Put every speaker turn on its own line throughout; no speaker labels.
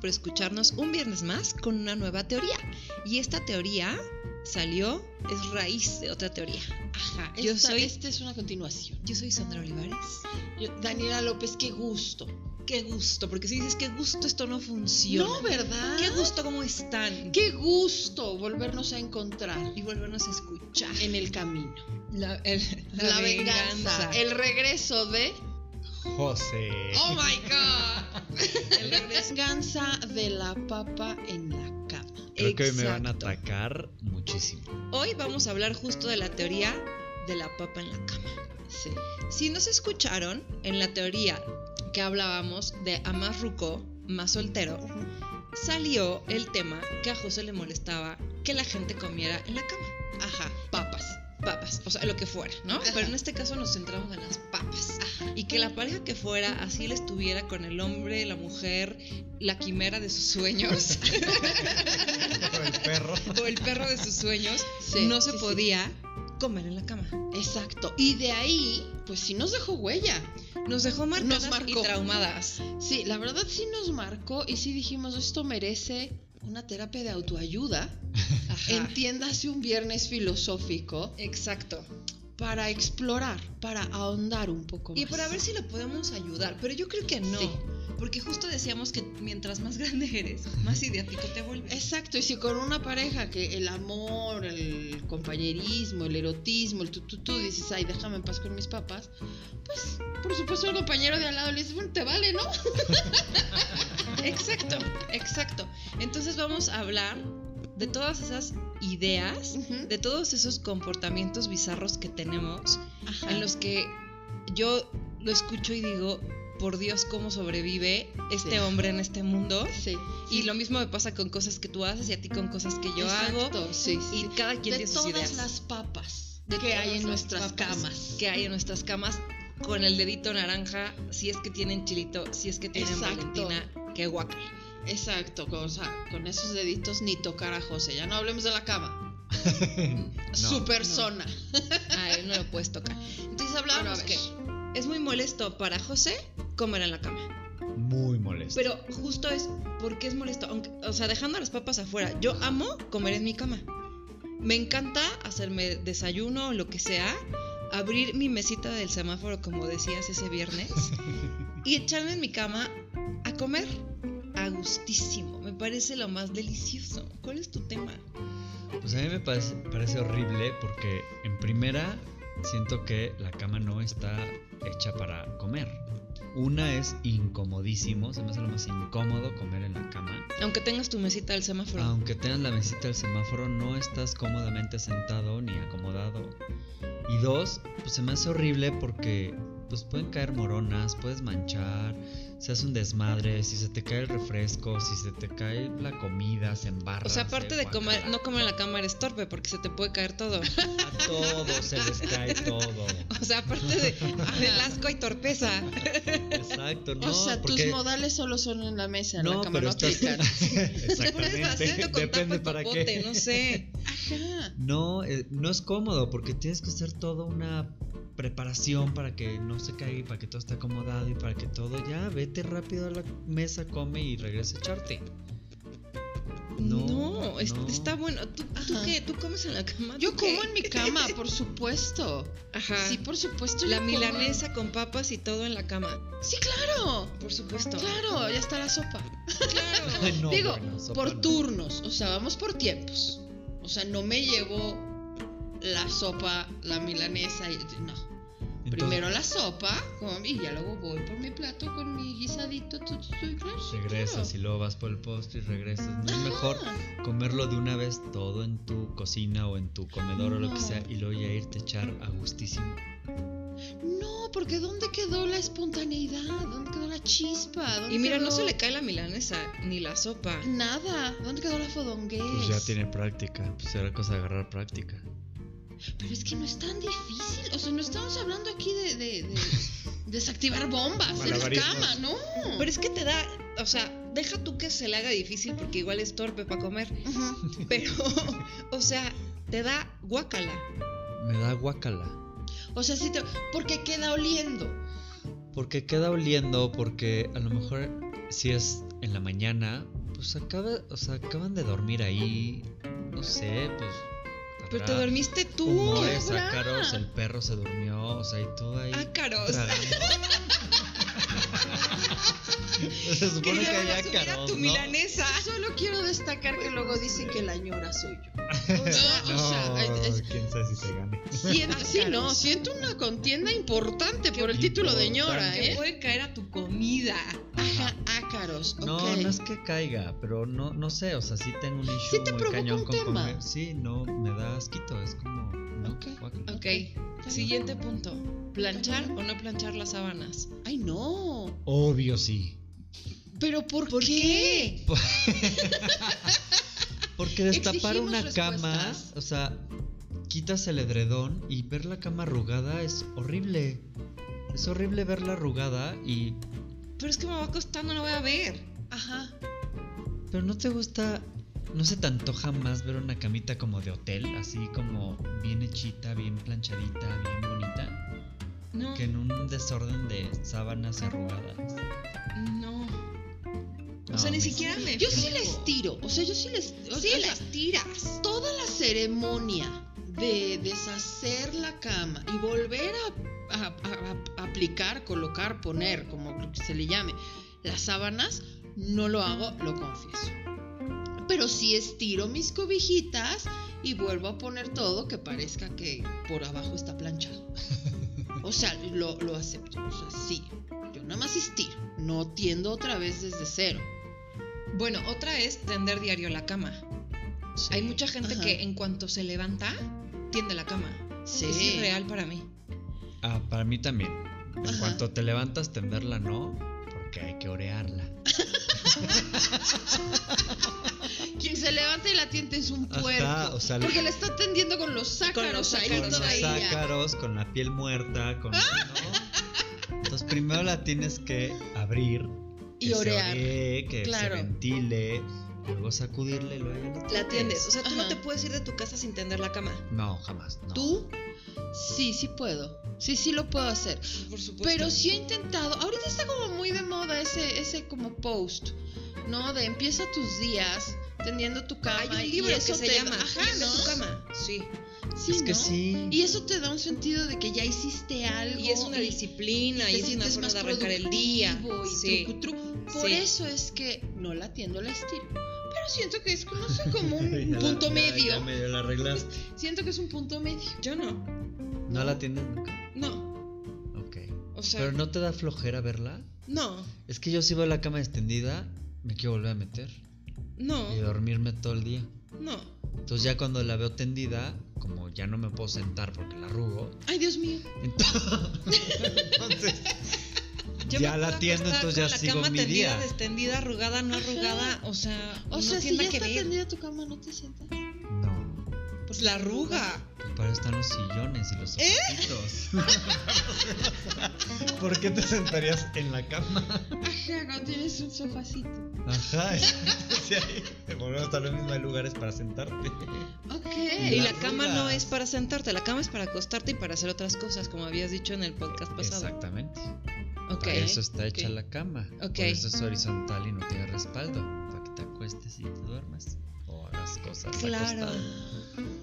por escucharnos un viernes más con una nueva teoría. Y esta teoría salió, es raíz de otra teoría. Ajá, yo
Esta-
soy,
Esta es una continuación.
yo soy Sandra Olivares.
Yo- Daniela López, qué gusto.
Qué gusto, porque si dices qué gusto, esto no funciona.
No, ¿verdad?
Qué gusto, ¿cómo están?
Qué gusto volvernos a encontrar
Y volvernos a escuchar.
en el camino.
La, el- la venganza.
El regreso de.
José.
¡Oh my God!
El
La
regreso.
venganza de la papa en la cama.
Creo que hoy me van a
Exacto.
atacar muchísimo.
Hoy vamos a hablar justo de la teoría de la papa en la cama.
Sí.
Si nos escucharon en la teoría que hablábamos de a más ruco, más soltero, salió el tema que a José le molestaba que la gente comiera en la cama.
Ajá, papas.
Papas, o sea, lo que fuera, ¿no?
Ajá.
Pero en este caso nos centramos en las papas.
Ajá.
Y que la pareja que fuera así le estuviera con el hombre, la mujer, la quimera de sus sueños
El perro.
o el perro de sus sueños,
Sí,
no se
sí, sí.
podía comer en la cama.
Exacto. Y de ahí, pues sí nos dejó huella.
Nos dejó marcadas
Nos
y
marcó.
traumadas.
Sí, la verdad sí nos marcó y sí dijimos, esto merece una terapia de autoayuda.
Ajá.
Entiéndase un viernes filosófico
Exacto.
para explorar, para ahondar un poco más.
Y para ver si lo podemos ayudar, pero yo creo que no.
Sí.
Porque justo decíamos que mientras más grande eres, más ideático te vuelves.
Exacto, y si con una pareja que el amor, el compañerismo, el erotismo, el tututú, dices, ay, déjame en paz con mis papas, pues por supuesto el compañero de al lado le dice, bueno, te vale, ¿no?
Exacto, exacto. Entonces vamos a hablar de todas esas ideas,
Ujú.
de todos esos comportamientos bizarros que tenemos,
Ajá.
en los que yo lo escucho y digo, por Dios, cómo sobrevive este
Sí.
hombre en este mundo.
Sí.
Y lo mismo me pasa con cosas que tú haces y a ti con cosas que yo hago.
Exacto, sí, sí.
Y cada quien
de
tiene sus
todas
ideas.
las papas
de
que
todas
hay en
las
nuestras
papas
camas.
Que hay en nuestras camas con el dedito naranja, si es que tienen chilito, si es que tienen
Exacto.
Valentina, que guacal.
Exacto, con, o sea, con esos deditos ni tocar a José. Ya no hablemos de la cama. Su persona.
A él no lo puedes tocar. Entonces
Bueno, a
hablábamos
ver.
que es muy molesto para José comer en la cama.
Muy molesto.
Pero justo es porque es molesto. aunque- o sea, dejando las papas afuera, yo amo comer en mi cama. Me encanta hacerme desayuno o lo que sea, abrir mi mesita del semáforo, como decías ese viernes. y echarme en mi cama a comer a gustísimo. Me parece lo más delicioso. ¿Cuál es tu tema?
Pues a mí me parece, parece horrible porque en primera siento que la cama no está hecha para comer. Una es incomodísimo, se me hace lo más incómodo comer en la cama.
Aunque tengas tu mesita del semáforo.
Aunque tengas la mesita del semáforo, no estás cómodamente sentado ni acomodado. Y dos, pues se me hace horrible porque pues pueden caer moronas, puedes manchar, se hace un desmadre, si se te cae el refresco, si se te cae la comida, se embarra.
o sea,
se
aparte de comer,
guácala.
no comer en la cama eres torpe porque se te puede caer todo.
A todos se les cae todo.
O sea, aparte de, del asco y torpeza.
Exacto, no.
o sea,
porque...
tus modales solo son en la mesa, en
no,
la cama
pero
no
estás...
aplican.
Pones
Exactamente.
vasito con
Depende
tapa
para
y
qué.
popote, no sé.
Ajá.
No, eh, no es cómodo porque tienes que hacer toda una preparación para que no se caiga y para que todo esté acomodado y para que todo ya, vete rápido a la mesa, come y regresa a echarte.
No,
No,
es-
no.
está bueno. ¿Tú, tú
Ajá.
qué? ¿Tú comes en la cama?
Yo
¿Tú qué?
como en mi cama, por supuesto.
Ajá.
Sí, por supuesto.
la
yo como.
milanesa con papas y todo en la cama.
Sí, claro.
Por supuesto.
Claro, ya está la sopa.
Claro.
Ay, no,
Digo,
bueno, sopa
por
no.
turnos. O sea, vamos por tiempos. O sea, no me llevo la sopa, la milanesa y. No.
Entonces,
Primero la sopa con- y ya luego voy por mi plato con mi guisadito. tu, tu, tu, y claro,
Regresas y
claro.
luego vas por el postre y regresas. No es
Ajá.
mejor comerlo de una vez todo en tu cocina o en tu comedor o lo
No.
que sea y luego ya irte a echar a gustísimo.
No, porque ¿dónde quedó la espontaneidad? ¿Dónde quedó la chispa? ¿Dónde
Y mira,
quedó
no se le cae la milanesa ni la sopa.
Nada. ¿Dónde quedó la fodonguez?
Pues ya tiene práctica, pues era cosa de agarrar práctica.
Pero es que no es tan difícil. O sea, no estamos hablando aquí de, de- de desactivar bombas en la
Malabarismos.
cama, ¿no?
Pero es que te da, o sea, deja tú que se le haga difícil porque igual es torpe para comer.
Ujú.
Pero, o sea, te da guacala.
Me da guacala.
O sea, sí te... porque queda oliendo.
Porque queda oliendo, porque a lo mejor si es en la mañana, pues acaba, o sea, acaban de dormir ahí, no sé, pues...
Pero
habrá
Ah.
te dormiste tú.
Humores
habrá.
ácaros, el perro se durmió, o sea, y tú ahí...
Ácaros.
tragando. se supone que
Quería
hay
subir a
ácaros,
tu
¿no?
milanesa.
Solo quiero destacar que luego dicen que la ñora soy yo. O sea,
No,
o sea, es- es-
quién sabe si te gane.
siento- sí, no,
Ácaros.
siento una contienda importante
Qué
por el título de ñora,
importante.
Que
¿eh?
puede caer a tu comida.
Ajá, ácaros, ok.
No, no es que caiga, pero no, no sé, o sea, sí tengo un issue
te
muy
provoca
cañón
un
con
tema.
comer. Sí, no, me da asquito, es como, no,
Ok,
guácala.
Ok.
Ok.
Siguiente punto. ¿Planchar o no planchar las sábanas?
Ay, no.
Obvio sí.
¿Pero por,
¿Por
qué?
Porque destapar
Exigimos
una cama,
respuestas.
o sea, quitas el edredón y ver la cama arrugada es horrible. Es horrible verla arrugada y...
Pero es que me va costando, no voy a ver.
Ajá.
Pero no te gusta... ¿No se te antoja más ver una camita como de hotel? Así como bien hechita, bien planchadita, bien bonita.
No.
Que en un desorden de sábanas arrugadas.
No.
No,
o sea, ni
me-
siquiera me.
Yo sí
fijo.
les tiro, o sea, yo sí les... o
Sí
sea,
las tiras.
toda la ceremonia de deshacer la cama y volver a, a- a- a aplicar, colocar, poner, como se le llame, las sábanas, no lo hago, lo confieso. Pero sí estiro mis cobijitas y vuelvo a poner todo que parezca que por abajo está planchado. O sea, lo, lo acepto. O sea, sí. Yo nada más estiro. No tiendo otra vez desde cero.
Bueno, otra es tender diario la cama.
Sí.
Hay mucha gente
Ajá.
que en cuanto se levanta, tiende la cama.
Sí.
Es real para mí.
Ah, para mí también. En
Ajá.
cuanto te levantas, tenderla no, porque hay que orearla.
Quien se levanta y la tienta es un
Ajá,
puerco.
o sea,
porque la está tendiendo con los
Con
sácaros
los
ahí
con
sácaros,
los
todavía.
ácaros, con la piel muerta, con... ¿no? Entonces primero la tienes que abrir.
Y
que se
orear.
oree, que
Claro.
se ventile, luego sacudirle, luego... ya la
La tiendes. O sea, tú no
Ajá.
te puedes ir de tu casa sin tender la cama.
No, jamás. No.
¿Tú? Sí, sí puedo. Sí, sí lo puedo hacer.
Por supuesto.
Pero sí he intentado. Ahorita está como muy de moda ese, ese como post, ¿no? De empieza tus días tendiendo tu cama.
hay un
y
libro que
eso
se
te-
llama
Ajá,
Tiende
¿no?
tu cama. Sí.
Sí,
Es que
¿no?
sí.
Y eso te da un sentido de que ya hiciste algo.
Y es una
y-
disciplina
te
y es una
sientes
forma
más
de arrancar el día.
productivo y
Sí.
trucu, trucu. Por
Sí.
eso es que no la tiendo la estilo. Pero siento que es como, no sé, como
Ya
un
la-
punto
ya-
medio.
ya medio la arreglaste.
Siento que es un punto medio.
Yo no.
No la tiendes nunca.
No.
Ok.
O sea,
Pero no te da flojera verla.
no.
Es que yo si veo la cama extendida, me quiero volver a meter y
No.
dormirme todo el día.
No.
Entonces ya cuando la veo tendida, como ya no me puedo sentar porque la arrugo,
Ay, Dios mío.
entonces
Yo
ya
me puedo
la tiendo,
acostar
entonces ya
con la
sigo
cama
mi
tendida,
día.
Destendida, arrugada, no
Ajá.
arrugada, o sea,
O
no
sea, si
tiene
ya
que
está
ver.
tendida tu cama, ¿no te sientas?
No,
Pues la arruga.
pues para eso están los sillones y los ojitos. ¿Por qué te sentarías en la cama?
Ajá, no tienes un sofacito.
Ajá, sí, ahí volvemos a estar en los mismos lugares para sentarte.
Ok.
Eh, Y la
La
cama
arruga.
no es para sentarte, la cama es para acostarte y para hacer otras cosas, como habías dicho en el podcast pasado.
Exactamente.
Ok.
Para eso está hecha
ok.
la cama.
Ok.
Por eso es horizontal y no tiene respaldo. Para que te acuestes y te duermas. O hagas cosas
Claro.
acostado,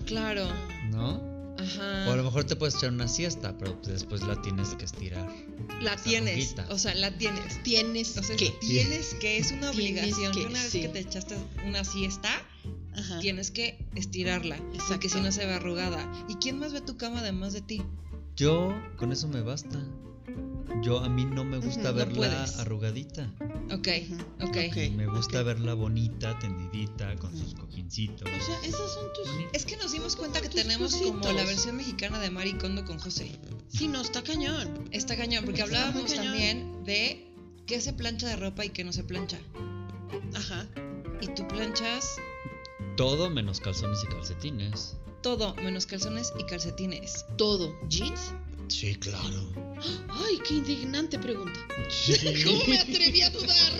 Claro.
¿No? O a lo
Ajá.
mejor te puedes echar una siesta, pero pues después la tienes que estirar.
La
esa
tienes.
arruguita.
O sea, la tienes.
Tienes
O sea,
que.
tienes que, es una
Tienes
obligación.
que,
que una vez
sí.
que te echaste una siesta,
Ajá.
tienes que estirarla.
Exacto.
Porque si no se ve arrugada. ¿Y quién más ve tu cama además de ti?
Yo, con eso me basta. Yo, a mí no me gusta
Ujú, no
verla
puedes.
arrugadita.
Ok,
Ujú.
ok.
Ok.
me gusta verla bonita, tendidita, con sus cojincitos.
O sea, esas son tus.
Bonita.
Es que nos dimos cuenta que
Tus
tenemos como la
cositos.
versión mexicana de Maricondo con José.
Sí, no, está cañón.
Está cañón, porque
Está muy
hablábamos
cañón.
también de qué se plancha de ropa y qué no se plancha.
Ajá.
Y tú planchas
Todo menos calzones y calcetines.
todo, menos calzones y calcetines.
Todo. ¿Jeans?
Sí, claro.
Ay, qué indignante pregunta.
Sí.
¿Cómo me atreví a dudar?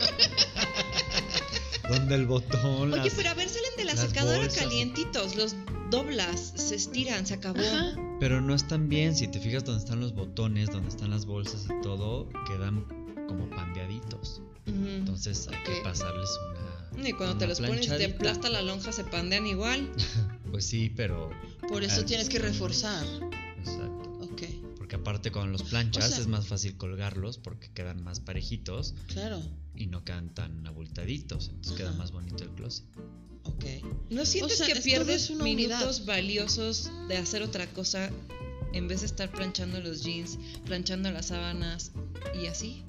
Donde el botón,
Oye,
las-
pero a ver, salen de la
las
secadora
bolsas.
calientitos, los doblas, se estiran, se acabó.
Ajá.
Pero no están bien, si te fijas donde están los botones, donde están las bolsas y todo, quedan como pandeaditos.
Ujú.
Entonces hay que
Ok.
pasarles una.
y cuando te
una
los pones y te
planchadita.
aplasta la lonja, se pandean igual.
Pues sí, pero.
Por eso
Ah.
tienes que reforzar.
Exacto.
Ok,
Porque aparte con los planchas
O sea-
es más fácil colgarlos porque quedan más parejitos
claro.
y no quedan tan abultaditos. Entonces queda
Ajá.
más bonito el closet.
Ok.
¿No sientes
sea,
que
es-
pierdes
todo es una
minutos valiosos de hacer otra cosa en vez de estar planchando los jeans, planchando las sábanas y así?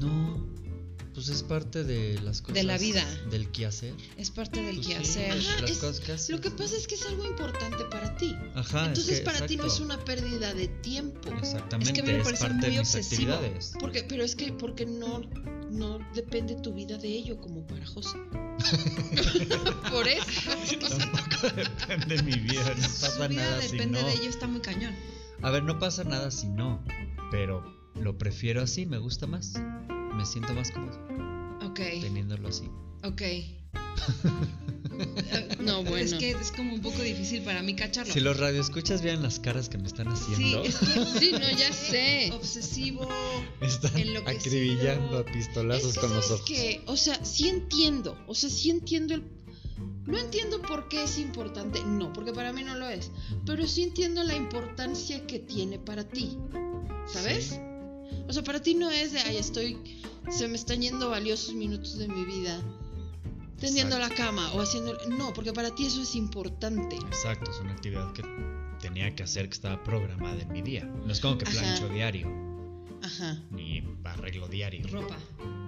No, pues es parte de las cosas.
De la vida.
Del quehacer.
Es parte del
Pues sí,
quehacer.
pues,
Ajá,
las
es-
cosas que haces,
Lo que
¿no?
pasa es que es algo importante para ti.
Ajá, Ah, es
Entonces
que-
para ti no es
exacto.
una pérdida de tiempo.
Exactamente, es,
me parece
parte
muy
de mis
obsesivo.
actividades.
Porque, pero es que porque no, no depende tu vida de ello como para José.
Por eso.
Tampoco depende de mi vida, no pasa
Su vida
nada si
depende
no.
de ello, está muy cañón.
A ver, no pasa nada si no, pero lo prefiero así, me gusta más. Me siento más cómodo
Ok,
teniéndolo así.
ok.
No,
Es
bueno.
que es como un poco difícil para mí cacharlo.
Si los radioescuchas vieran las caras que me están
sí,
haciendo,
es que
Sí, no, ya sé.
obsesivo.
me están
enloquecido.
acribillando a pistolazos
Es que,
con los
¿sabes
ojos.
qué? o sea, sí entiendo, o sea, sí entiendo el... No entiendo por qué es importante, no, porque para mí no lo es,
Ujú.
pero sí entiendo la importancia que tiene para ti, ¿sabes?
Sí.
O sea, para ti no es de, ay, estoy, se me están yendo valiosos minutos de mi vida tendiendo la cama o haciendo... No, porque para ti eso es importante.
Exacto, es una actividad que tenía que hacer, que estaba programada en mi día. No es como que
Ajá.
plancho diario,
Ajá.
ni arreglo diario.
Ropa.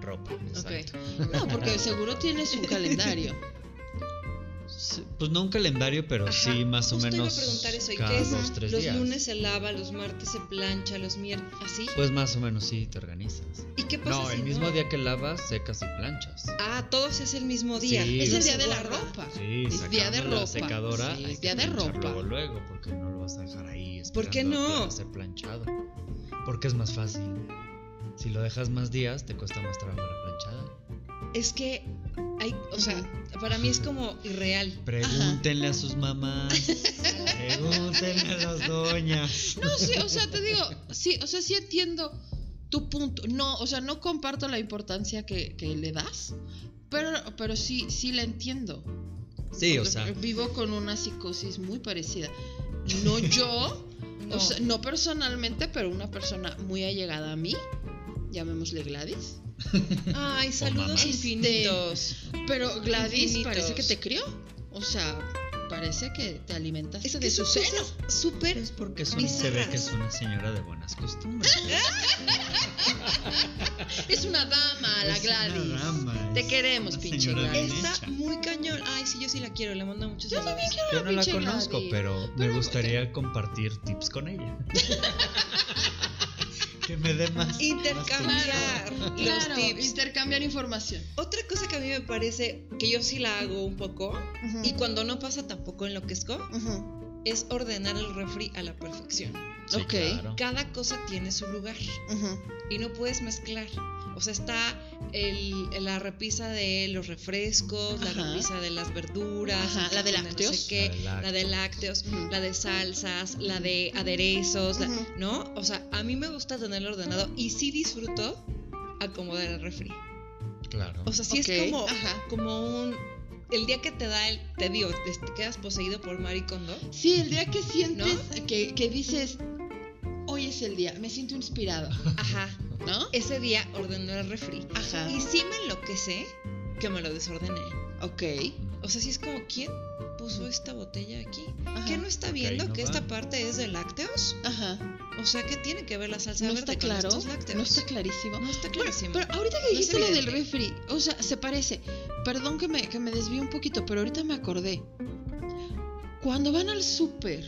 Ropa, exacto.
No, porque seguro tienes un calendario.
Sí, Pues no un calendario, pero
Ajá,
sí más o
justo iba a
menos
preguntar eso, ¿y
cada
qué es?
dos, tres
los
días.
lunes se lava, los martes se plancha, los miércoles. ¿Así?
Pues más o menos sí te organizas.
¿Y qué pasa
No,
si
el mismo
no?
día que lavas, secas y planchas.
Ah, todo se hace el mismo día.
Sí.
Es el
Se
día de la
guarda.
ropa.
Sí,
es día
sacando
de
la
ropa.
secadora.
Sí,
hay
es
que
día de
planchar
ropa.
Luego, luego, porque no lo vas a dejar ahí.
¿Por qué
esperando a
no?
que ser planchado. Porque es más fácil. Si lo dejas más días, te cuesta más trabajo la planchada.
Es que hay, o sea, para mí es como irreal.
Pregúntenle a sus mamás. pregúntenle a las doñas.
No, sí, o sea, te digo, sí, o sea, sí entiendo tu punto. No, o sea, no comparto la importancia que, que le das, pero, pero sí, sí la entiendo.
Sí, o
Porque
sea,
Vivo con una psicosis muy parecida. No yo,
No,
o sea, no personalmente, pero una persona muy allegada a mí, llamémosle Gladys.
ay,
mamás.
saludos infinitos.
Pero Gladys
Infinitos.
parece que te crió. O sea, parece que te alimentaste
Es
de
que
su
son
seno.
cosas súper.
es porque son- se
bizarras.
ve que es una señora de buenas costumbres.
Es una dama, la
Es una
Gladys.
dama,
Te
es
queremos,
una
pinche
señora
Gladys.
bien
Está
hecha.
muy cañón. Ay, sí, yo sí la quiero. Le mando muchos
Yo
saludos.
también quiero
Yo
una
no la
pinche
conozco,
Gladys.
pero me
Pero-
gustaría compartir tips con ella. que me dé más.
Intercambiar los
Claro,
tips.
intercambiar información.
Otra cosa que a mí me parece que yo sí la hago un poco, y cuando no pasa tampoco enloquezco,
Ujú.
es ordenar el refri a la perfección.
Sí,
Ok.
claro.
Cada cosa tiene su lugar.
Ujú.
y no puedes mezclar. O sea, está el- la repisa de los refrescos, la
Ajá.
repisa de las verduras,
Ajá, la de
no
lácteos.
sé qué,
La de
la de lácteos,
Ujú.
la de salsas, la de aderezos, la-
Ujú.
¿no? O sea, a mí me gusta tenerlo ordenado y sí disfruto acomodar el refri.
Claro.
O sea, sí
Ok, Ah.
es como,
ajá.
como un... El día que te da el... Te digo, te, te quedas poseído por maricondo.
Sí, el día que sientes que, que dices, hoy es el día, me siento inspirado,
Ajá.
¿no?
Ese día ordenó el refri.
Ajá.
Y sí me enloquece que me lo desordené.
Ok.
O sea, si es como, ¿quién puso esta botella aquí?
Ajá.
¿Qué no está
Ok,
viendo
no
que
va.
esta parte es de lácteos?
Ajá.
O sea, ¿qué tiene que ver la salsa
¿No
verde
está
con
claro?
estos lácteos?
¿No está clarísimo?
No está clarísimo.
Pero ahorita que
es
dijiste lo del
evidente.
refri, o sea, se parece. Perdón que me, que me desvíe un poquito, pero ahorita me acordé. Cuando van al súper,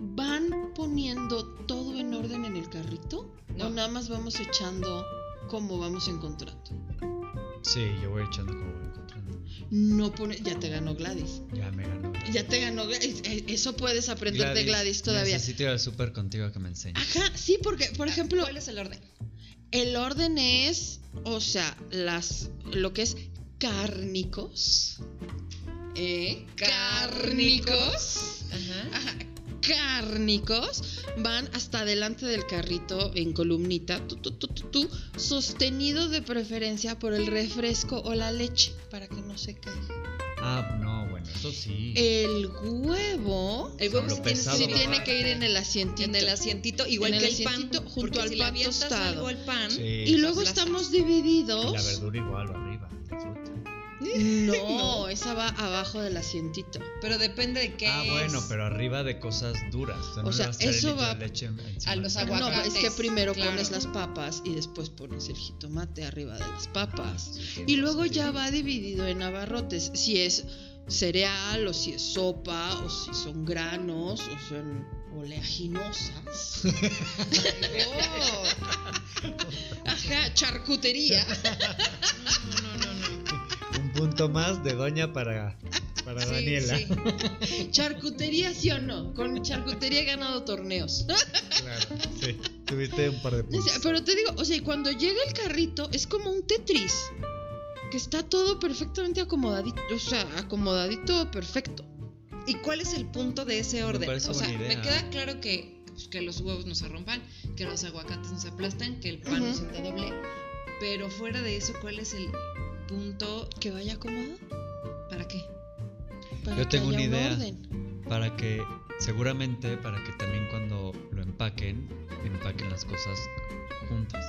¿van poniendo todo en orden en el carrito?
No.
¿O nada más vamos echando como vamos encontrando?
Sí, yo voy echando como voy encontrando.
No pone. Ya te ganó Gladys.
Ya me ganó.
Ya te ganó Gladys. Eh, Eso puedes aprender de Gladys todavía. Ah.
Necesito ir al súper contigo que me enseñes.
Ajá, sí, porque, por ejemplo,
Ah, ¿Cuál es el orden?
el orden es, o sea, las, lo que es cárnicos. ¿Eh? Cárnicos.
Ajá.
Ajá. cárnicos van hasta delante del carrito en columnita, tu, tu, tu, tu, tu, sostenido de preferencia por el refresco o la leche para que no se caiga.
Ah, no, bueno, eso sí.
El huevo
El huevo
Lo
sí tiene,
pesado
sí
sí
va.
tiene que ir en el asientito.
en el asientito, igual
En
que
el
el pan,
asientito, junto
porque
al
si le
pan
avientas
tostado.
algo al pan,
Sí.
y luego
las
estamos
Y
divididos.
la verdura igual arriba, la fruta.
No, esa va abajo del asientito.
pero depende de qué
Ah, bueno,
es.
pero arriba de cosas duras. O sea, no
O
le
sea,
vas
eso va
a echar el litro de leche en- encima
a
del
los
pan.
No,
aguacates,
es que primero
claro.
pones las papas y después pones el jitomate arriba de las
Ah,
papas.
sí, tiene
Y luego ya
sentido.
va dividido en abarrotes, si es cereal o si es sopa o si son granos o son oleaginosas. Oh. Ajá, charcutería.
Un punto más de Doña para, para
Sí,
Daniela.
sí.
Charcutería sí o no. Con charcutería he ganado torneos.
Claro, sí. Tuviste un par de
O sea,
puntos.
Pero te digo, o sea, cuando llega el carrito es como un Tetris. Que está todo perfectamente acomodadito. O sea, acomodadito perfecto.
¿Y cuál es el punto de ese
Me
orden?
parece
o sea,
buena idea.
me queda claro que, pues, que los huevos no se rompan, que los aguacates no se aplastan, que el pan no
Ujú.
se te doble. Pero fuera de eso, ¿cuál es el punto?
Que vaya acomodado.
¿Para qué?
para
Yo
que
tengo
haya
una
un
idea.
orden.
Para que, seguramente, para que también cuando lo empaquen, empaquen las cosas juntas.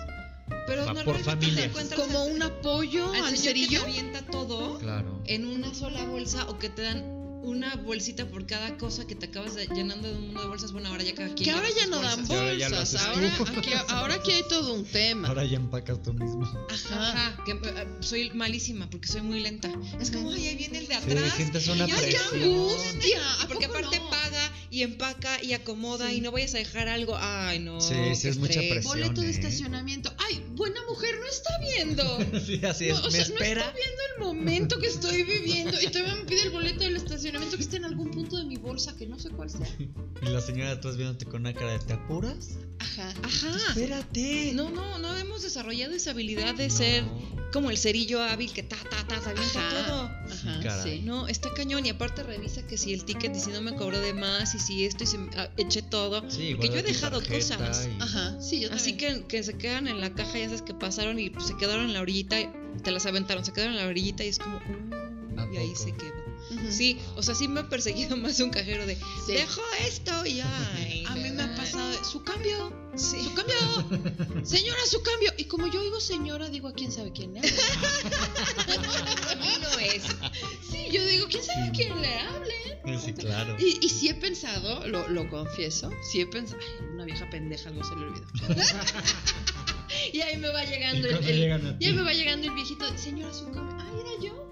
Pero
Va por
normalmente
familias.
te encuentras
Como
al-
un apoyo
al, señor que
al
te
cerillo.
avienta todo
Claro.
Eh,
en una sola bolsa o que te dan una bolsita por cada cosa que te acabas de- llenando de un mundo de bolsas. Bueno, ahora ya cada quien.
Que ahora
lleva
ya
sus
no dan
bolsas.
Y ahora ya lo
bolsas.
haces
Ahora
tú.
aquí, ahora aquí hay todo un tema.
Ahora ya empacas tú mismo.
Ajá.
Ajá, que eh, soy malísima porque soy muy lenta. Es como, ay, ahí viene el de
Sí,
atrás.
sientes una
y ya-
¡Ay, qué
presión.
angustia! ¿A
Porque
poco
aparte
no?
paga y empaca y acomoda
Sí.
y no vayas a dejar algo. Ay, no.
Sí, sí,
qué
es mucha
estrés.
presión.
Boleto de
¿eh?
estacionamiento. ¡Ay, buena mujer! ¡No está viendo!
Sí, así es.
No, o
Me
sea, no
espera.
está viendo el momento que estoy viviendo y todavía me pide el boleto del estacionamiento que está en algún punto de mi bolsa que no sé cuál sea.
Y la señora atrás viéndote con una cara de ¿te apuras?
Ajá.
Ajá.
Espérate.
No, no, no hemos desarrollado esa habilidad de ser como el cerillo hábil que ta, ta, ta, se avienta
Ajá.
todo.
Ajá,
caray.
sí.
No, está cañón. Y aparte revisa que si el ticket y si no me cobró de más y si esto y si ah, eché todo.
Sí,
Porque yo he
guarda tu
dejado
tarjeta
cosas.
y-
Ajá, sí, yo
Así
también.
que, que se quedan en la caja, ya sabes que pasaron y pues, se quedaron en la orillita, y te las aventaron, se quedaron en la orillita y es como, "Uh",
¿A
y ahí
poco?
se quedó.
Ujú.
Sí, o sea, sí me ha perseguido más un cajero de,
Sí.
dejo esto y ay,
A mí me ha
ay.
pasado de, su cambio,
Sí.
su cambio, señora, su cambio. Y como yo digo señora, digo a quién sabe quién le hable.
A mí no es.
Sí, yo digo quién sabe
Sí.
quién le hable.
Sí, claro.
Y, y sí he pensado, lo, lo confieso, sí he pensado, ay, una vieja pendeja, algo se le olvidó. y ahí me va
¿Y
llegando el-
cuándo
el,
llegan a
Y ahí
ti?
me va llegando el viejito, señora Zucca, ah, era yo.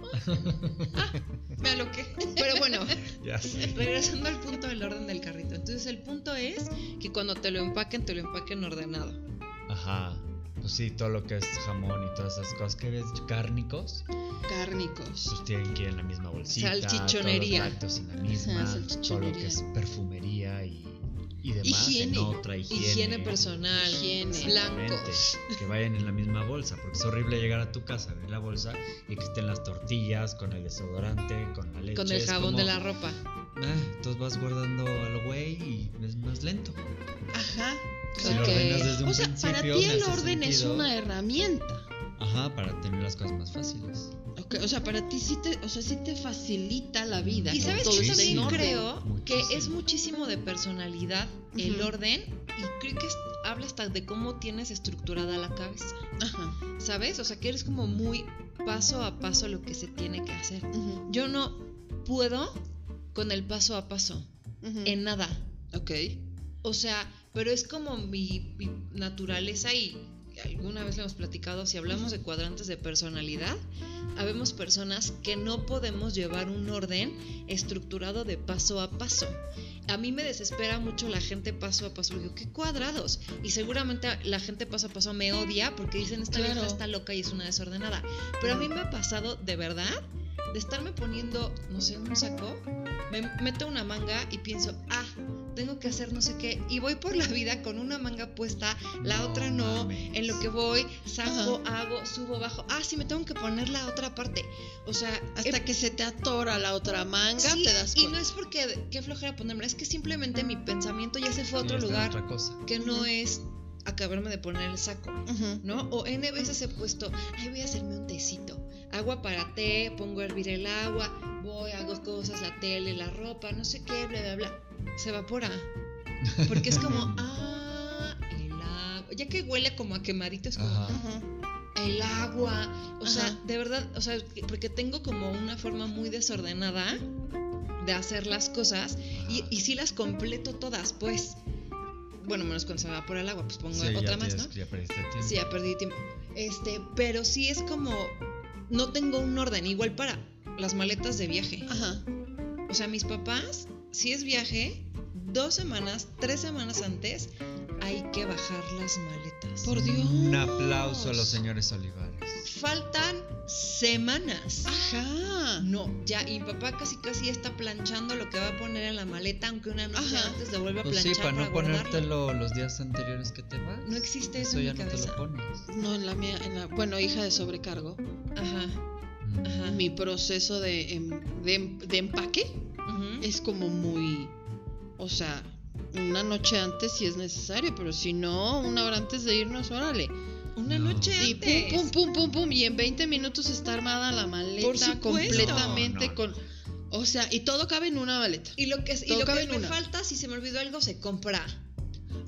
Me aloqué. Pero bueno,
Ya sé.
regresando al punto del orden del carrito. Entonces, el punto es que cuando te lo empaquen, te lo empaquen ordenado.
Ajá. Pues sí, todo lo que es jamón y todas esas cosas que ves cárnicos,
Cárnicos.
pues tienen que ir en la misma bolsita.
Salchichonería.
Todos los lácteos en la misma.
Ajá,
todo lo
salchichonería.
que es perfumería y, y demás
Higiene.
en otra. Higiene.
Higiene personal,
Higiene.
blanco.
Exactamente. Que vayan en la misma bolsa, porque es horrible llegar a tu casa, abrir la bolsa y que estén las tortillas con el desodorante, con la leche.
Con el
es
jabón de
como-
la ropa.
Ah, entonces vas guardando al güey y es más lento.
Ajá.
Si
Ok.
lo ordenas desde un
O sea,
principio,
para
me
ti el
hace
orden es
sentido.
una herramienta.
Ajá, para tener las cosas más fáciles.
Ok, O sea, para ti sí te, o sea, sí te facilita la vida.
Y
con
sabes
todo
que yo
este
también
Muchísimo,
creo
orden.
que
muchísimo.
es muchísimo de personalidad el
Ujú.
orden y creo que es- habla hasta de cómo tienes estructurada la cabeza.
Ajá.
¿Sabes? O sea, que eres como muy paso a paso lo que se tiene que hacer.
Ujú,
Yo no puedo con el paso a paso,
ujú.
en nada.
Ok.
O sea, pero es como mi, mi naturaleza y alguna vez lo hemos platicado, si hablamos de cuadrantes de personalidad, habemos personas que no podemos llevar un orden estructurado de paso a paso. A mí me desespera mucho la gente paso a paso. Digo, qué cuadrados. Y seguramente la gente paso a paso me odia porque dicen esta vieja
Claro.
está loca y es una desordenada. Pero a mí me ha pasado de verdad de estarme poniendo, no sé, un saco, me meto una manga y pienso, ah, tengo que hacer no sé qué, y voy por la vida con una manga puesta, la
No
otra no,
mames.
en lo que voy, saco, hago, subo, bajo, ah, sí, me tengo que poner la otra parte. O sea,
Hasta que se te atora la otra manga,
Eh, Em Sí,
te das
y
cuenta.
no es porque qué flojera ponerme, es que simplemente mi pensamiento ya se fue a
Sí,
otro
está en
lugar
Otra cosa.
que no es acabarme de poner el saco,
Ujú.
¿no? O N veces he puesto, ay, voy a hacerme un tecito, agua para té, pongo a hervir el agua, voy, hago cosas, la tele, la ropa, no sé qué, bla, bla, bla. Se evapora. Porque es como, ah, el agua. Ya que huele como a quemadito, es como,
Ajá.
Ujú.
el agua, o sea,
Ajá.
de verdad, o sea, que- porque tengo como una forma muy desordenada de hacer las cosas y,
Ajá.
y sí las completo todas, pues, bueno, menos cuando se va por el agua, pues pongo
Sí,
otra
ya
más,
tienes-
¿no?
ya perdiste tiempo.
Sí, ya perdí tiempo. Este, pero sí es como, no tengo un orden, igual para las maletas de viaje.
Ajá.
O sea, mis papás, si es viaje, dos semanas, tres semanas antes, hay que bajar las maletas.
Por Dios.
Un aplauso a los señores Olivares.
Faltan semanas.
Ajá.
No, ya, y mi papá casi casi está planchando lo que va a poner en la maleta, aunque una noche
Ajá.
antes lo vuelve a
Pues
planchar
sí, para no
guardarlo.
ponértelo los días anteriores que te vas.
No existe eso
Eso
en
ya
mi
no te
cabeza.
lo pones.
No, en la mía, en la, bueno, hija de sobrecargo.
Ajá,
Mm.
ajá.
Mi proceso de, em- de em- de empaque
Ujú.
es como muy, o sea, una noche antes si es necesario, pero si no, una hora antes de irnos, órale.
Una
No.
noche
Y
antes.
pum, pum, pum, pum, pum, y en 20 minutos está armada la
Por
maleta
supuesto.
completamente
No, no,
con, o sea, y todo cabe en una maleta.
Y lo que, y
Todo
lo
cabe
que
en
me
una.
falta, si se me olvidó algo, se compra.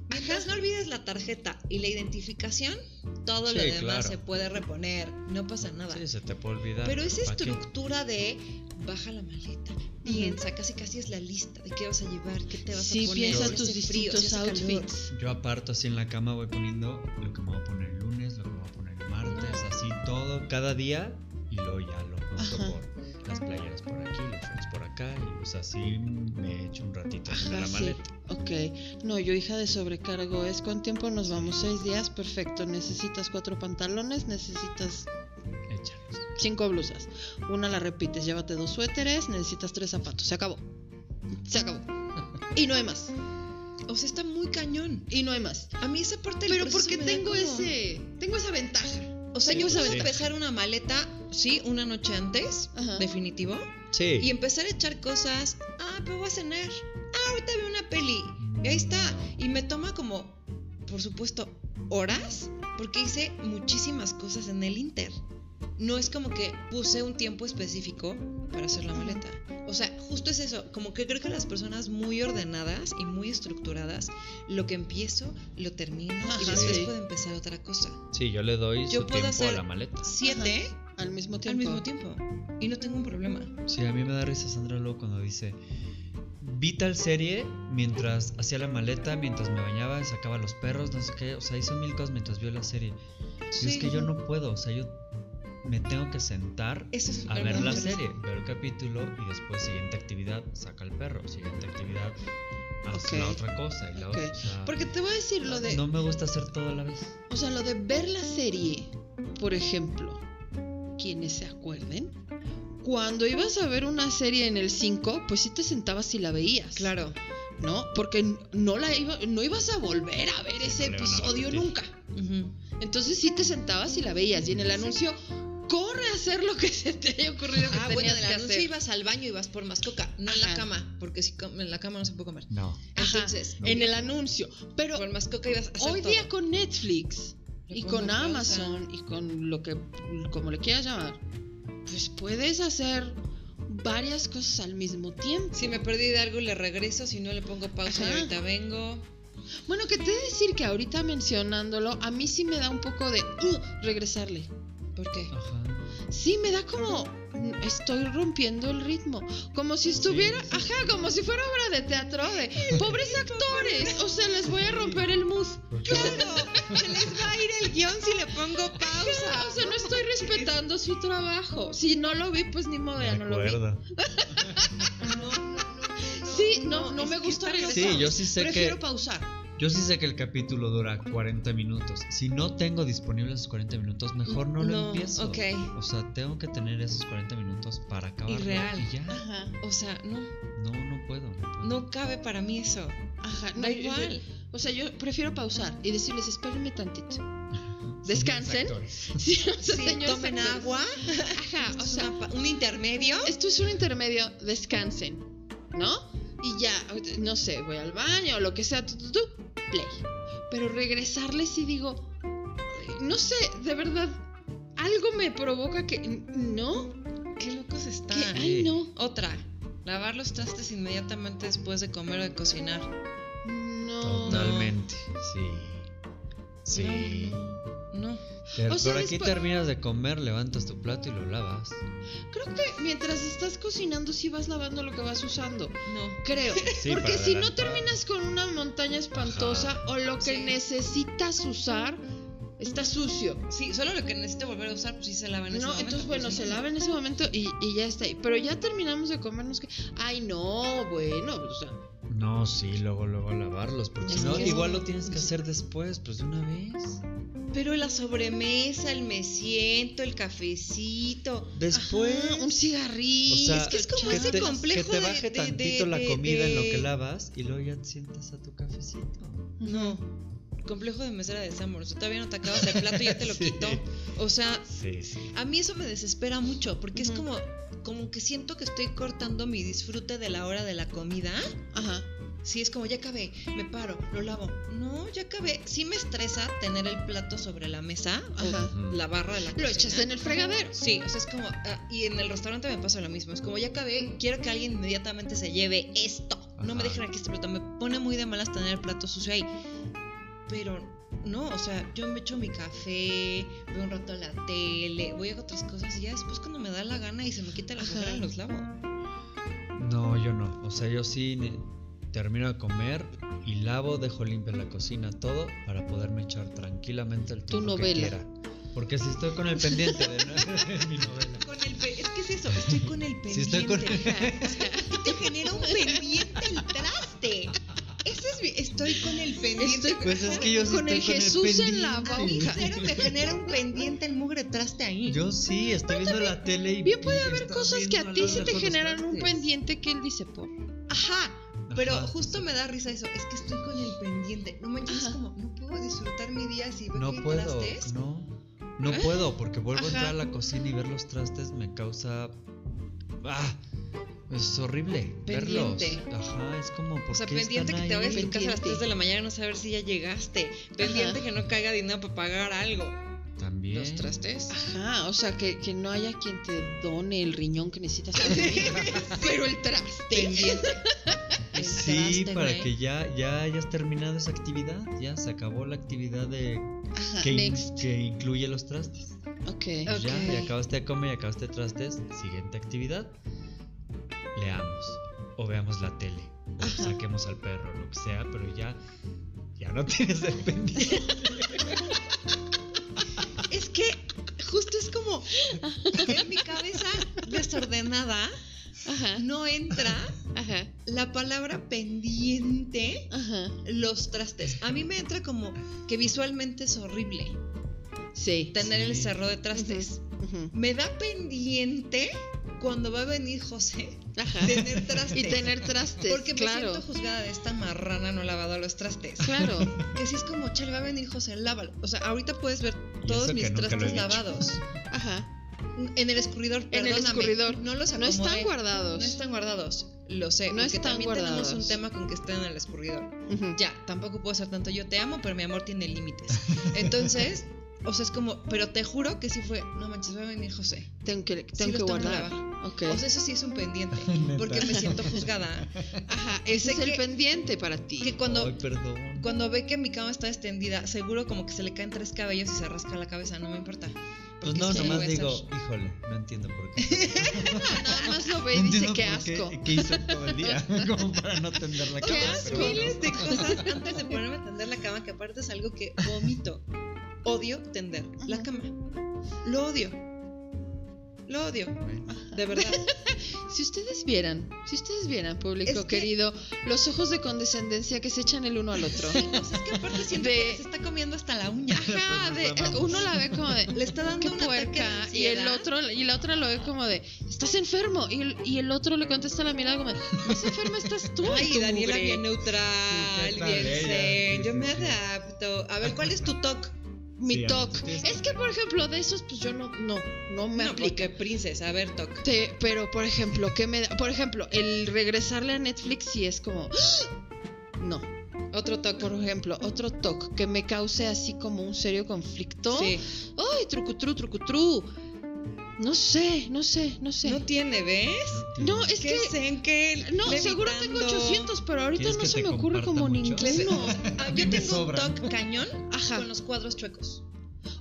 Mientras no olvides la tarjeta y la identificación, todo lo
Sí,
demás
claro.
se puede reponer. No pasa nada.
Sí, se te puede olvidar.
Pero esa
¿pa' qué?
estructura de baja la maleta, piensa, casi casi es la lista de qué vas a llevar, qué te vas
Sí,
a poner.
piensa
si
tus
hace frío,
distintos
si hace calor.
outfits.
Yo aparto así en la cama, voy poniendo lo que me voy a poner el lunes, lo que me voy a poner el martes, así todo, cada día. Y luego ya lo
Ajá.
junto por las playeras por aquí, los shorts por acá. Y pues así me echo un ratito en
Ajá,
la
Ah, sí.
maleta.
Ok, no, yo hija de sobrecargo es con tiempo nos vamos seis días, perfecto, necesitas cuatro pantalones, necesitas
Échalos.
cinco blusas, una la repites, llévate dos suéteres, necesitas tres zapatos, se acabó, se acabó. Y no hay más,
O sea, está muy cañón.
y no hay más.
A mí esa parte del
Pero
proceso
porque
me da
tengo
como-
ese, tengo esa ventaja.
O sea,
Sí,
yo puedo
sí.
empezar una maleta, sí, una noche antes,
Ajá.
definitivo,
Sí.
y empezar a echar cosas. Ah, pero voy a cenar. Ah, ahorita veo una peli. Y ahí está. Y me toma como, por supuesto, horas, porque hice muchísimas cosas en el Inter. No es como que puse un tiempo específico para hacer la maleta. O sea, justo es eso, como que creo que las personas muy ordenadas y muy estructuradas, lo que empiezo, lo termino y
Ajá,
después
sí.
puedo empezar otra cosa.
Sí, yo le doy
Yo puedo
su tiempo a
hacer-
la maleta.
Siete
Al mismo tiempo.
al mismo tiempo. Y no tengo un problema.
Sí, a mí me da risa Sandra luego cuando dice, vi tal serie mientras hacía la maleta, mientras me bañaba, sacaba los perros, no sé qué, o sea, hizo mil cosas mientras vio la serie. Y es
Sí.
que yo no puedo, o sea, yo me tengo que sentar
Eso es
a
verdad.
ver la serie, ver el capítulo y después siguiente actividad, saca el perro, siguiente actividad, hace la
Ok.
otra cosa y la
Ok.
otra. o sea,
Porque te voy a decir lo de,
No me gusta hacer todo a la vez.
o sea, lo de ver la serie, por ejemplo, quienes se acuerden, cuando ibas a ver una serie en el 5, pues sí te sentabas y la veías.
Claro.
¿No? Porque no la iba, no ibas a volver a ver
Sí,
ese
no le van a
episodio
repetir.
nunca.
Ujú.
Entonces sí te sentabas y la veías. Y en el anuncio, corre a hacer lo que se te haya ocurrido que
Ah, bueno,
tenías
del
que
anuncio
hacer.
ibas al baño y vas por más coca, no en
Ajá.
la cama, porque si com- en la cama no se puede comer.
No.
Ajá,
Entonces,
en el anuncio. Pero
por más coca ibas a hacer
hoy
todo.
día con Netflix
Le
y
pongo
con
pausa.
Amazon y con lo que, como le quieras llamar, pues puedes hacer varias cosas al mismo tiempo.
Si me perdí de algo, le regreso, si no le pongo pausa y
Ajá.
ahorita vengo.
Bueno, que te he de decir que ahorita mencionándolo, a mí sí me da un poco de "Ugh", regresarle.
¿Por qué?
Ajá.
Sí, me da como mm, estoy rompiendo el ritmo, como si estuviera,
sí, sí.
ajá, como si fuera obra de teatro de pobres actores, o sea, les voy a romper el mood.
¿Por qué?
Claro, se les va a ir el guión si le pongo pausa.
O sea, no estoy respetando su trabajo. Si no lo vi, pues ni modo, ya
Me
no lo vi.
acuerdo.
No, no, no, no, no.
Sí, no, no,
es
me
que
gusta
está-
regresar.
Sí, yo sí sé que
Prefiero pausar.
Yo sí sé que el capítulo dura 40 minutos. Si no tengo disponibles esos 40 minutos, mejor no, lo
No,
empiezo.
ok.
O sea, tengo que tener esos 40 minutos para acabarlo.
real.
Y ya.
Ajá,
O sea, no,
No, no puedo. No. puedo.
no cabe para mí eso.
ajá. no,
Da
yo-
igual.
O sea, yo prefiero pausar y decirles, espérenme tantito.
Son
descansen.
mis actores.
Sí, o sea,
Sí,
señores
tomen
actores.
agua.
Ajá, o
o
sea,
un intermedio.
esto es un intermedio, descansen, ¿no? Y ya, no sé, voy al baño o lo que sea, tu, tu, tu, play. Pero regresarles y digo, no sé, de verdad, algo me provoca que, ¿no?
Qué locos
Que,
están.
ay, no,
Otra. Lavar los trastes inmediatamente después de comer o de cocinar.
no.
Totalmente. Sí. Sí.
No.
Te-
O sea,
Por aquí
despu-
terminas de comer, levantas tu plato y lo lavas.
Creo que mientras estás cocinando sí vas lavando lo que vas usando,
No.
creo.
Sí,
Porque
para
si no
adelantar.
terminas con una montaña espantosa
Ajá.
o lo que
Sí.
necesitas usar, está sucio.
Sí, solo lo que necesito volver a usar, pues sí se lava en ese
No,
momento,
entonces bueno,
pues, sí.
se lava en ese momento y, y ya está. ahí. Pero ya terminamos de comernos que. Ay, no, bueno, pues, o sea,
No, sí, luego, luego lavarlos. Porque
Es
si no,
que-
igual lo tienes que hacer después, pues de una vez.
Pero la sobremesa, el me siento, el cafecito.
Después.
ah, un cigarrillo.
O sea,
es que es como
que
ese
te,
complejo
que te
de- de-
baje
de-
tantito la
de-
comida en lo
de-
que lavas y luego ya te sientas a tu cafecito.
No. Complejo de mesera de Samur. O sea, todavía no te acabas el plato y ya te lo
Sí.
quitó. O sea,
Sí, sí.
a mí eso me desespera mucho porque es
Ujú.
como, como que siento que estoy cortando mi disfrute de la hora de la comida.
Ajá.
Sí, es como ya acabé, me paro, lo lavo. No, ya acabé. Sí me estresa tener el plato sobre la mesa
Ajá.
o la barra de la
Lo echas
cocina.
en el fregadero.
Sí, o sea, es como. ah, y en el restaurante me pasa lo mismo. Es como ya acabé, quiero que alguien inmediatamente se lleve esto. No me
Ajá.
dejen aquí este plato. Me pone muy de malas tener el plato sucio ahí. Pero no, o sea, yo me echo mi café, veo un rato la tele, voy a hacer otras cosas y ya después cuando me da la gana y se me quita la
Ajá.
flojera los lavo.
No, yo no. O sea, yo sí ne- termino de comer y lavo, dejo limpia la cocina, todo, para poderme echar tranquilamente el tiempo que
novela.
quiera. Porque si estoy con el pendiente de nue- mi novela.
Con el pe- es que es eso, estoy con el pendiente.
Si estoy con-
ajá. Es que a ti te genera un pendiente el traste. Ese es mi- estoy con el pendiente.
Estoy
Pues es que yo sí
Con el
estoy
Jesús en la
A mí
pendiente.
cero me genera un pendiente el mugre traste ahí.
Yo sí, estoy viendo la tele y.
Bien puede
y
haber
está
cosas que
viendo
a ti
los
se te
lejos los
generan un
trastes.
pendiente que él dice, por.
Ajá. Pero
Ajá.
justo me da risa eso, es que estoy con el pendiente. No manches,
Ajá.
es como, no puedo disfrutar mi día si veo
No
que hay
puedo,
trastes. ¿Eh?
no. No puedo, porque vuelvo
Ajá.
a entrar a la cocina y ver los trastes me causa. ¡Ah! Es horrible
Pendiente.
verlos. Ajá, es como. ¿por
O sea,
qué
pendiente que
están
te
ahí?
vayas a tu casa a las
Pendiente.
3 de la mañana y no saber si ya llegaste. Pendiente que no caiga dinero para pagar algo.
También.
Los trastes.
Ajá, o sea, que, que no haya quien te done el riñón que necesitas. para vivir. Pero el traste.
Pendiente. El
Sí,
traste,
para
güey.
que ya, ya hayas terminado esa actividad. Ya se acabó la actividad de
Ajá,
que, in-
next.
que incluye los trastes.
Ok.
Pues Ya,
Ok.
ya acabaste de comer, ya acabaste de trastes. Siguiente actividad. Leamos. O veamos la tele. O
Ajá.
saquemos al perro, lo que sea, pero ya. Ya no tienes el pendiente.
Es que justo es como en mi cabeza desordenada
Ajá,
no entra
ajá,
la palabra pendiente
ajá.
los trastes. A mí me entra como que visualmente es horrible
Sí.
tener el
Sí.
cerro de trastes.
Ujú.
Me da pendiente cuando va a venir José
Ajá.
tener trastes.
Y tener trastes.
porque me
claro.
siento juzgada de esta marrana no lavado los trastes.
Claro.
Que si es como, chale, va a venir José, lávalo. O sea, ahorita puedes ver
Y
todos
eso que
mis
nunca lo he
trastes
dicho.
lavados.
Ajá.
En el escurridor,
En el
perdóname.
escurridor.
No los
No
acomodé.
están
No
guardados.
están guardados. Lo sé.
No
porque
están
también
guardados.
tenemos un tema con que estén en el escurridor.
Ujú.
Ya, tampoco puedo ser tanto yo te amo, pero mi amor tiene límites. Entonces, o sea, es como, pero te juro que sí fue, no manches, va a venir José.
Tengo que,
Sí
tengo
los
que
tengo que
guardar. ok.
O sea, eso sí es un pendiente, porque me siento juzgada.
Ajá. Ese
sé
es el
que-
pendiente para ti.
Que cuando,
Ay, perdón.
cuando ve que mi cama está extendida, seguro como que se le caen tres cabellos y se rasca la cabeza, no me importa.
Pues
porque
no,
sí lo
nomás
voy a
digo,
hacer.
híjole, no entiendo por qué.
Nada más lo
No
ve y dice
entiendo
qué
por
asco.
¿Qué hizo todo el día? Como para no tender la
Qué
cama.
asco.
pero bueno.
miles de cosas antes de ponerme a tender la cama, que aparte es algo que vomito. Odio tender la
Ajá.
cama. Lo odio. Lo odio,
Bueno,
de verdad.
Si ustedes vieran, si ustedes vieran, público
Es que-
querido, los ojos de condescendencia que se echan el uno al otro.
Sí, o sea, es que aparte siento
De-
que se está comiendo hasta la uña.
Ajá,
Pues nos
de-
amamos.
uno la ve como de
Le está dando
qué
un ataque de
puerca y
ansiedad.
el otro y la otra lo ve como de estás enfermo y el, y el otro le contesta la mirada como de, más enferma estás tú.
Ay,
tu
Daniela
mugre".
bien neutral,
Sí, ¿qué tal
bien
ella?
zen.
Sí,
Yo
sí,
me
sí.
adapto. A ver, ¿cuál es tu toque?
mi
Sí,
toc.
amor, tú tienes-
Es que por ejemplo de esos pues yo no no no me
No,
aplica.
porque princesa, a ver, toque.
Te- pero por ejemplo, ¿qué me da? Por ejemplo, el regresarle a Netflix sí es como no. Otro toque, por ejemplo, otro toque que me cause así como un serio conflicto.
Sí.
¡Ay, trucutru, trucutru! No sé, no sé, no sé.
No tiene, ¿ves?
No, es
¿Qué
que.
zen que él?
No, seguro tengo 800, pero ahorita
¿Quieres
no
que
se me
te
ocurre
comparta
como
mucho?
ninguno.
Ah,
A mí
Yo
me
tengo un
sobran.
toque cañón
Ajá.
con los cuadros chuecos.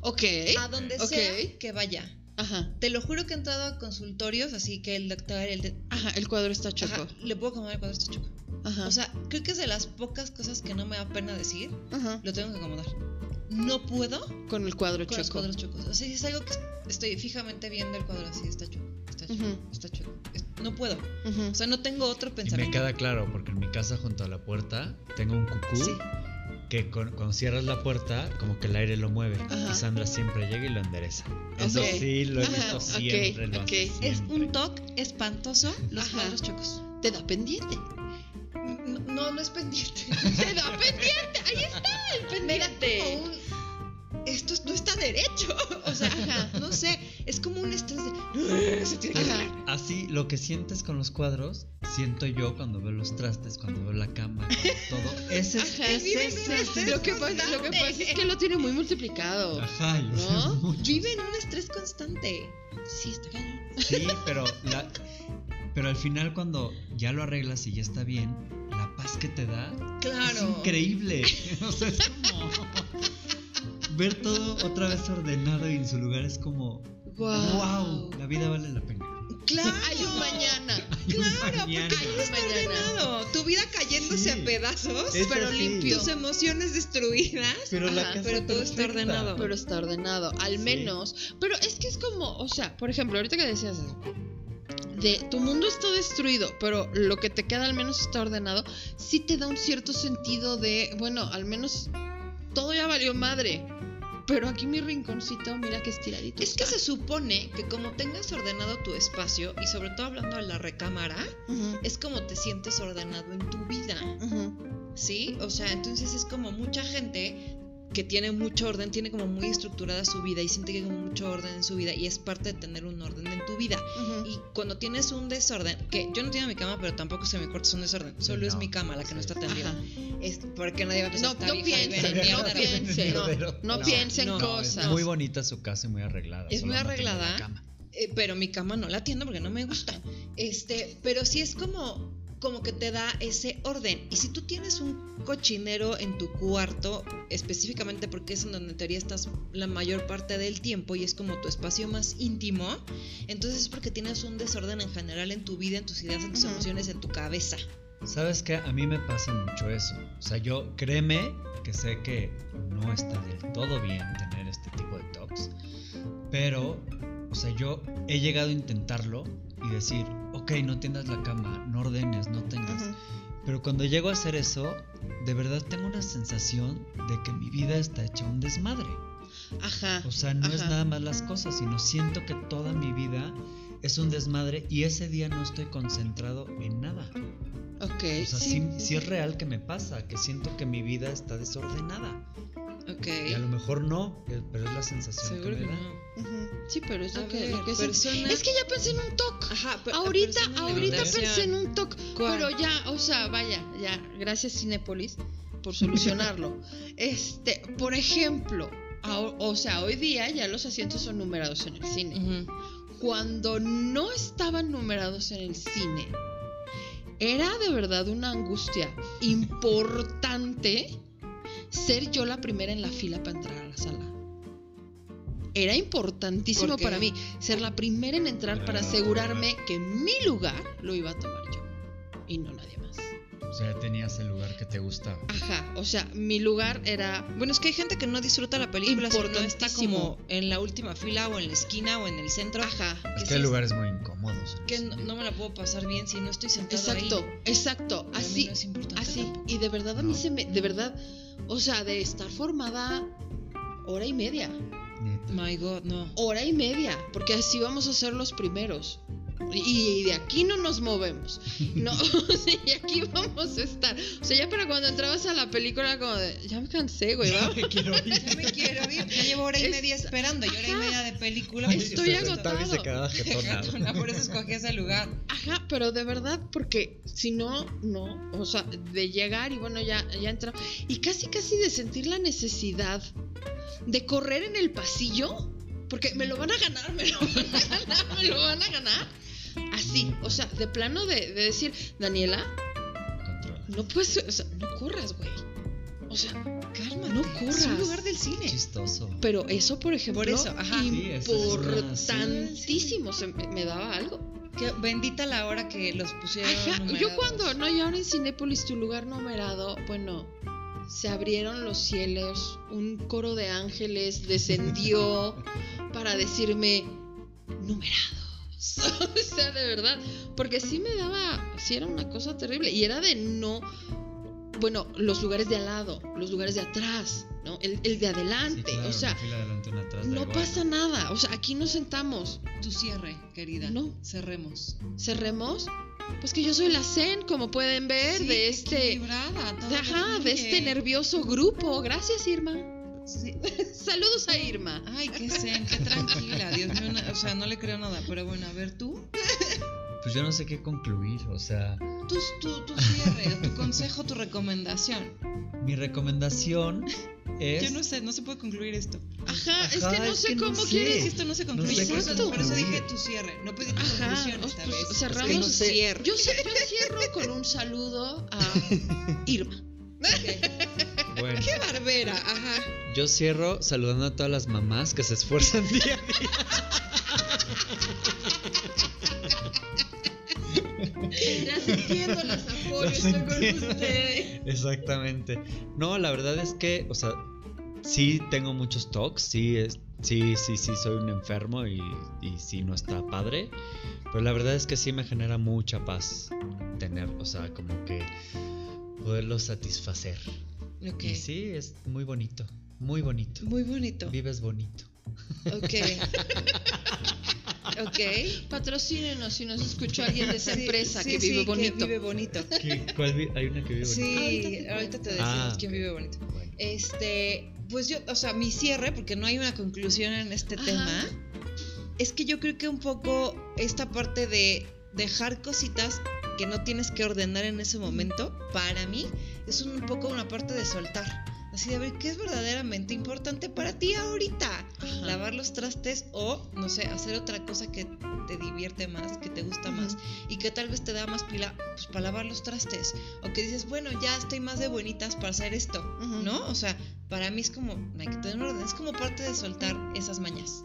Ok.
A donde
¿Eh? Ok.
sea que vaya.
Ajá.
Te lo juro que he entrado a consultorios, así que el doctor, el de...
Ajá, el cuadro está choco. Ah.
Ajá,
Ajá.
le puedo acomodar el cuadro a este choco.
Ajá.
O sea, creo que es de las pocas cosas que no me da pena decir, lo tengo que acomodar. No puedo con
Con el cuadro
los
choco.
cuadros chocos. O sea, es algo que estoy fijamente viendo el cuadro así, está choco, está choco,
Ujú,
está choco. Es- No puedo.
ujú.
O sea, no tengo otro
Y me
pensamiento.
queda claro, porque en mi casa junto a la puerta tengo un cucú
Sí.
que con- cuando cierras la puerta, como que el aire lo mueve.
Ajá.
Y Sandra siempre llega y lo endereza. Eso
Ok.
sí, lo he
Ajá,
visto
ok,
siempre. lo hace
ok.
Es
siempre.
un toque espantoso los
Ajá.
cuadros chocos.
Te da pendiente.
No, no es pendiente.
Te da pendiente. Ahí está el
me da
pendiente.
como un esto no está derecho o sea
Ajá.
no sé es como un estrés de se tiene que
Ajá.
salir.
Así, lo que sientes con los cuadros, siento yo cuando veo los trastes, cuando veo la cama, cuando todo. Ese es.
Ajá,
Y vive
sí,
en
sí,
un
sí.
estrés
Lo que pasa lo que
constante.
pasa es que lo tiene muy multiplicado.
Ajá, y lo
¿No?
siento mucho.
vive en un estrés constante sí está cañón
Sí, pero, la- pero al final, cuando ya lo arreglas y ya está bien, la paz que te da Es
claro
increíble. O sea, es como. Ver todo otra vez ordenado y en su lugar es como. ¡Wow! La vida vale la pena.
claro
Hay un mañana.
claro porque
Mañana.
ahí está
Mañana.
ordenado tu vida cayéndose
Sí.
a pedazos
Es
pero
así.
limpio.
tus emociones destruidas
Pero la
Ajá,
casa
pero todo está
perfecta.
ordenado.
Pero está ordenado, al
Sí.
menos. Pero es que es como, o sea, por ejemplo, ahorita que decías eso, de tu mundo está destruido, pero lo que te queda al menos está ordenado, sí te da un cierto sentido de, bueno, al menos todo ya valió madre. Pero aquí mi rinconcito, mira que estiradito.
es que se supone que como tengas ordenado tu espacio y sobre todo hablando de la recámara
Ujú,
es como te sientes ordenado en tu vida
ujú,
¿sí? O sea, entonces es como mucha gente que tiene mucho orden, tiene como muy estructurada su vida y siente que hay como mucho orden en su vida y es parte de tener un orden en tu vida.
ujú.
Y cuando tienes un desorden, que yo no tengo mi cama, pero tampoco se me corta, es un desorden, solo es
no,
mi cama la que no
sí.
está
Ajá.
tendida. Es porque nadie va a pensar
No,
"Está
no
vieja y
piensen,
verde".
no piensen, no, no piensen
no,
cosas.
Es muy bonita su casa y muy arreglada.
Es
solo
muy
no tengo la
arreglada.
cama.
Eh, pero mi cama no la atiendo porque no me gusta. Este, pero sí es como como que te da ese orden. Y si tú tienes un cochinero en tu cuarto, específicamente porque es en donde en teoría estás la mayor parte del tiempo y es como tu espacio más íntimo, entonces es porque tienes un desorden en general en tu vida, en tus ideas, en tus
Ujú.
emociones, en tu cabeza.
¿Sabes qué? A mí me pasa mucho eso. O sea, yo créeme que sé que no está del todo bien tener este tipo de talks, pero, o sea, yo he llegado a intentarlo y decir, ok, no tiendas la cama, no ordenes, no tengas.
Ujú.
Pero cuando llego a hacer eso, de verdad tengo una sensación de que mi vida está hecha un desmadre.
Ajá.
O sea, no es
Ajá.
nada más las cosas, sino siento que toda mi vida es un desmadre y ese día no estoy concentrado en nada.
Ok.
O sea, sí, sí es real que me pasa, que siento que mi vida está desordenada.
Ok.
Y a lo mejor no, eh, pero es la sensación
Seguro
que
que
me da.
no.
Ujú. Sí, pero es
A
lo que,
ver,
lo que es-
persona-
Es que ya pensé en un toque.
Ajá, pero-
Ahorita,
persona en
ahorita
limitación.
pensé en un toque,
¿Cuál?
pero ya, o sea, vaya, ya, gracias Cinépolis por solucionarlo. este, por ejemplo, ahor- o sea, hoy día ya los asientos son numerados en el cine.
Ujú.
Cuando no estaban numerados en el cine, era de verdad una angustia importante ser yo la primera en la fila para entrar a la sala. Era importantísimo
¿Por qué? Ah.
para mí ser la primera en entrar para
Claro,
asegurarme que mi lugar lo iba a tomar yo y no nadie más.
O sea, ya tenías el lugar que te gustaba.
Ah,
Ajá, o sea, mi lugar era
Bueno, es que hay gente que no disfruta la película si no está
Importantísimo.
como en la última fila o en la esquina o en el centro.
Ajá.
Es
Que
que
sí
hay
es-
lugares muy incómodos.
Que no, no me la puedo pasar bien si no estoy sentado
Exacto, exacto, así,
Ah,
así. Y de verdad a mí
No.
se me, de verdad, o sea, de estar formada hora y media,
Neta.
My God, no.
hora y media, porque así vamos a ser los primeros. Y, y de aquí no nos movemos. No, o sea, y aquí vamos a estar. O sea, ya para cuando entrabas a la película era como de, ya me cansé, güey, vamos.
Quiero ir.
me quiero ir. Ya llevo hora
Es-
esperando y hora y media de película.
Estoy
Se sentaba y se
agotado.
quedaba jetona.
Gatona, Por eso escogí ese lugar.
Ajá, pero de verdad, porque si no, no, o sea, de llegar y bueno, ya, ya entra. Y casi, casi de sentir la necesidad de correr en el pasillo, porque me lo van a ganar, me lo van a ganar, me lo van a ganar. Así, o sea, de plano de, de decir, Daniela,
Controla.
no puedes, o sea, no corras, güey. O sea,
Calma,
No
Es un
corras.
lugar del cine.
Chistoso.
pero eso, por ejemplo,
Por eso, ajá.
Sí, eso es una- sí.
importantísimo, se me- me daba algo.
Que bendita la hora que los pusieron.
Ajá, yo
numerados.
cuando, no, y ahora en Cinépolis, tu lugar numerado, bueno, se abrieron los cielos, un coro de ángeles descendió para decirme, numerados. o sea, de verdad, porque sí me daba, sí era una cosa terrible, y era de no, bueno, los lugares de al lado, los lugares de atrás, ¿no? El, el de
Sí,
adelante,
claro,
o sea,
una fila adelante, una atrás, da
no
igual.
pasa nada, o sea, aquí nos sentamos,
Tu cierre, querida.
No.
Cerremos.
cerremos. Pues que yo soy la Zen, como pueden ver,
Sí,
de este...
equilibrada, todo
Ajá, de
fluye.
este nervioso grupo. Gracias, Irma.
Sí.
Saludos a Irma.
Ay, qué zen, qué tranquila. Dios mío, na- o sea, no le creo nada. Pero bueno, a ver, tú,
Pues yo no sé qué concluir. O sea,
tu, tu, tu cierre, tu consejo, tu recomendación.
mi recomendación es.
Yo no sé, no se puede concluir esto.
Ajá, es
Ajá,
que no
es
sé
que no
cómo
sé.
Es que
quieres.
esto no se concluye.
sé qué
por, eso,
concluir.
por eso dije tu cierre. No pedí tu
Ajá,
conclusión
oh,
esta
pues,
vez.
cerramos.
Es que no sé.
de- Yo, sé- yo cierro con un saludo a Irma.
Ok.
Bueno,
Qué barbera, ajá.
yo cierro saludando a todas las mamás que se esfuerzan día a día.
Las entiendo, las apoyo,
Las
estoy
entiendo.
con ustedes.
Exactamente. No, la verdad es que, o sea, sí tengo muchos tocs, sí, es, sí, sí, sí, soy un enfermo y, y sí no está padre, pero la verdad es que sí me genera mucha paz tener, o sea, como que poderlo satisfacer.
Ok.
Y sí, es muy bonito, muy bonito.
Muy bonito.
Vives bonito.
Ok. Ok.
Patrocínenos si nos escuchó alguien de esa
Sí,
empresa
sí,
que vive
sí,
bonito.
Que vive bonito.
¿Qué- cuál vi- Hay una que vive
Sí,
Ahorita te-
ahorita te decimos
Ah,
quién
ok.
vive bonito.
bonito. Bueno.
Este, pues yo, o sea, mi cierre, porque no hay una conclusión en este
Ajá.
tema, es que yo creo que un poco esta parte de dejar cositas que no tienes que ordenar en ese momento, para mí, es un, poco una parte de soltar. Así de ver qué es verdaderamente importante para ti ahorita.
Ajá.
Lavar los trastes o, no sé, hacer otra cosa que te divierte más, que te gusta
Ujú.
más y que tal vez te da más pila pues, para lavar los trastes. O que dices, bueno, ya estoy más de bonitas para hacer esto,
Ujú.
¿no? O sea, para mí es como, hay que tener orden, es como parte de soltar esas mañas.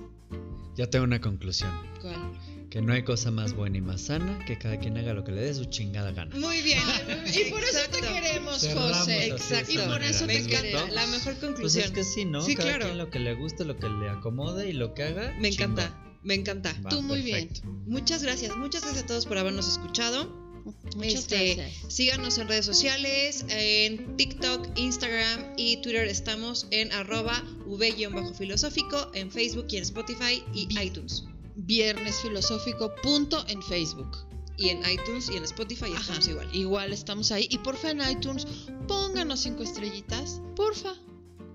Ya tengo una conclusión.
¿Cuál?
Que no hay cosa más buena y más sana que cada quien haga lo que le dé su chingada gana.
Muy bien.
Y por eso te queremos,
Cerramos
José.
así de
Exacto.
esa
Y por
manera.
eso
¿Les
te
gustó?
encanta. La mejor
Pues es
conclusión.
que sí, ¿no?
Sí,
Cada
claro.
quien lo que le guste, lo que le acomode y lo que haga.
Me
chingón.
encanta, me encanta.
Va,
Tú muy bien.
perfecto.
Muchas gracias, muchas gracias a todos por habernos escuchado.
Muchas
Este,
gracias.
Síganos en redes sociales, en TikTok, Instagram y Twitter estamos en arroba v-filosófico, en Facebook y en Spotify y
Bien.
iTunes.
Viernes filosófico punto en Facebook.
Y en iTunes y en Spotify
Ajá,
estamos igual.
Igual estamos ahí. Y porfa en iTunes, pónganos cinco estrellitas. Porfa.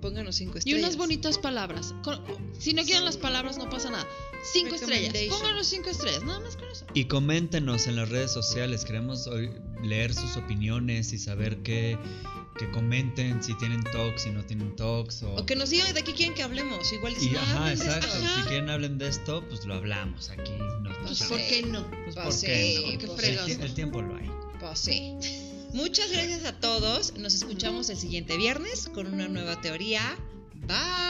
Pónganos cinco
Y
estrellas.
unas bonitas palabras. Con- si no quieren las palabras, no pasa nada. Cinco estrellas.
Recommendation.
Pónganos cinco estrellas. Nada más con eso.
Y coméntenos en las redes sociales. Queremos oí- leer sus opiniones y saber qué. Que comenten si tienen talks, si no tienen talks. O,
O que nos digan de qué quieren que hablemos. Igual
y,
dicen, ah,
ajá,
hablen de
exacto.
esto.
Si quieren hablen de esto, pues lo hablamos aquí. Nos
Pues,
tachamos.
¿por qué
no?
Pues,
pues,
¿por
sí,
qué no?
qué
Pues, el,
fregos,
tie-
¿no?
el tiempo lo hay.
Pues sí. Muchas gracias a todos. Nos escuchamos el siguiente viernes con una nueva teoría. Bye.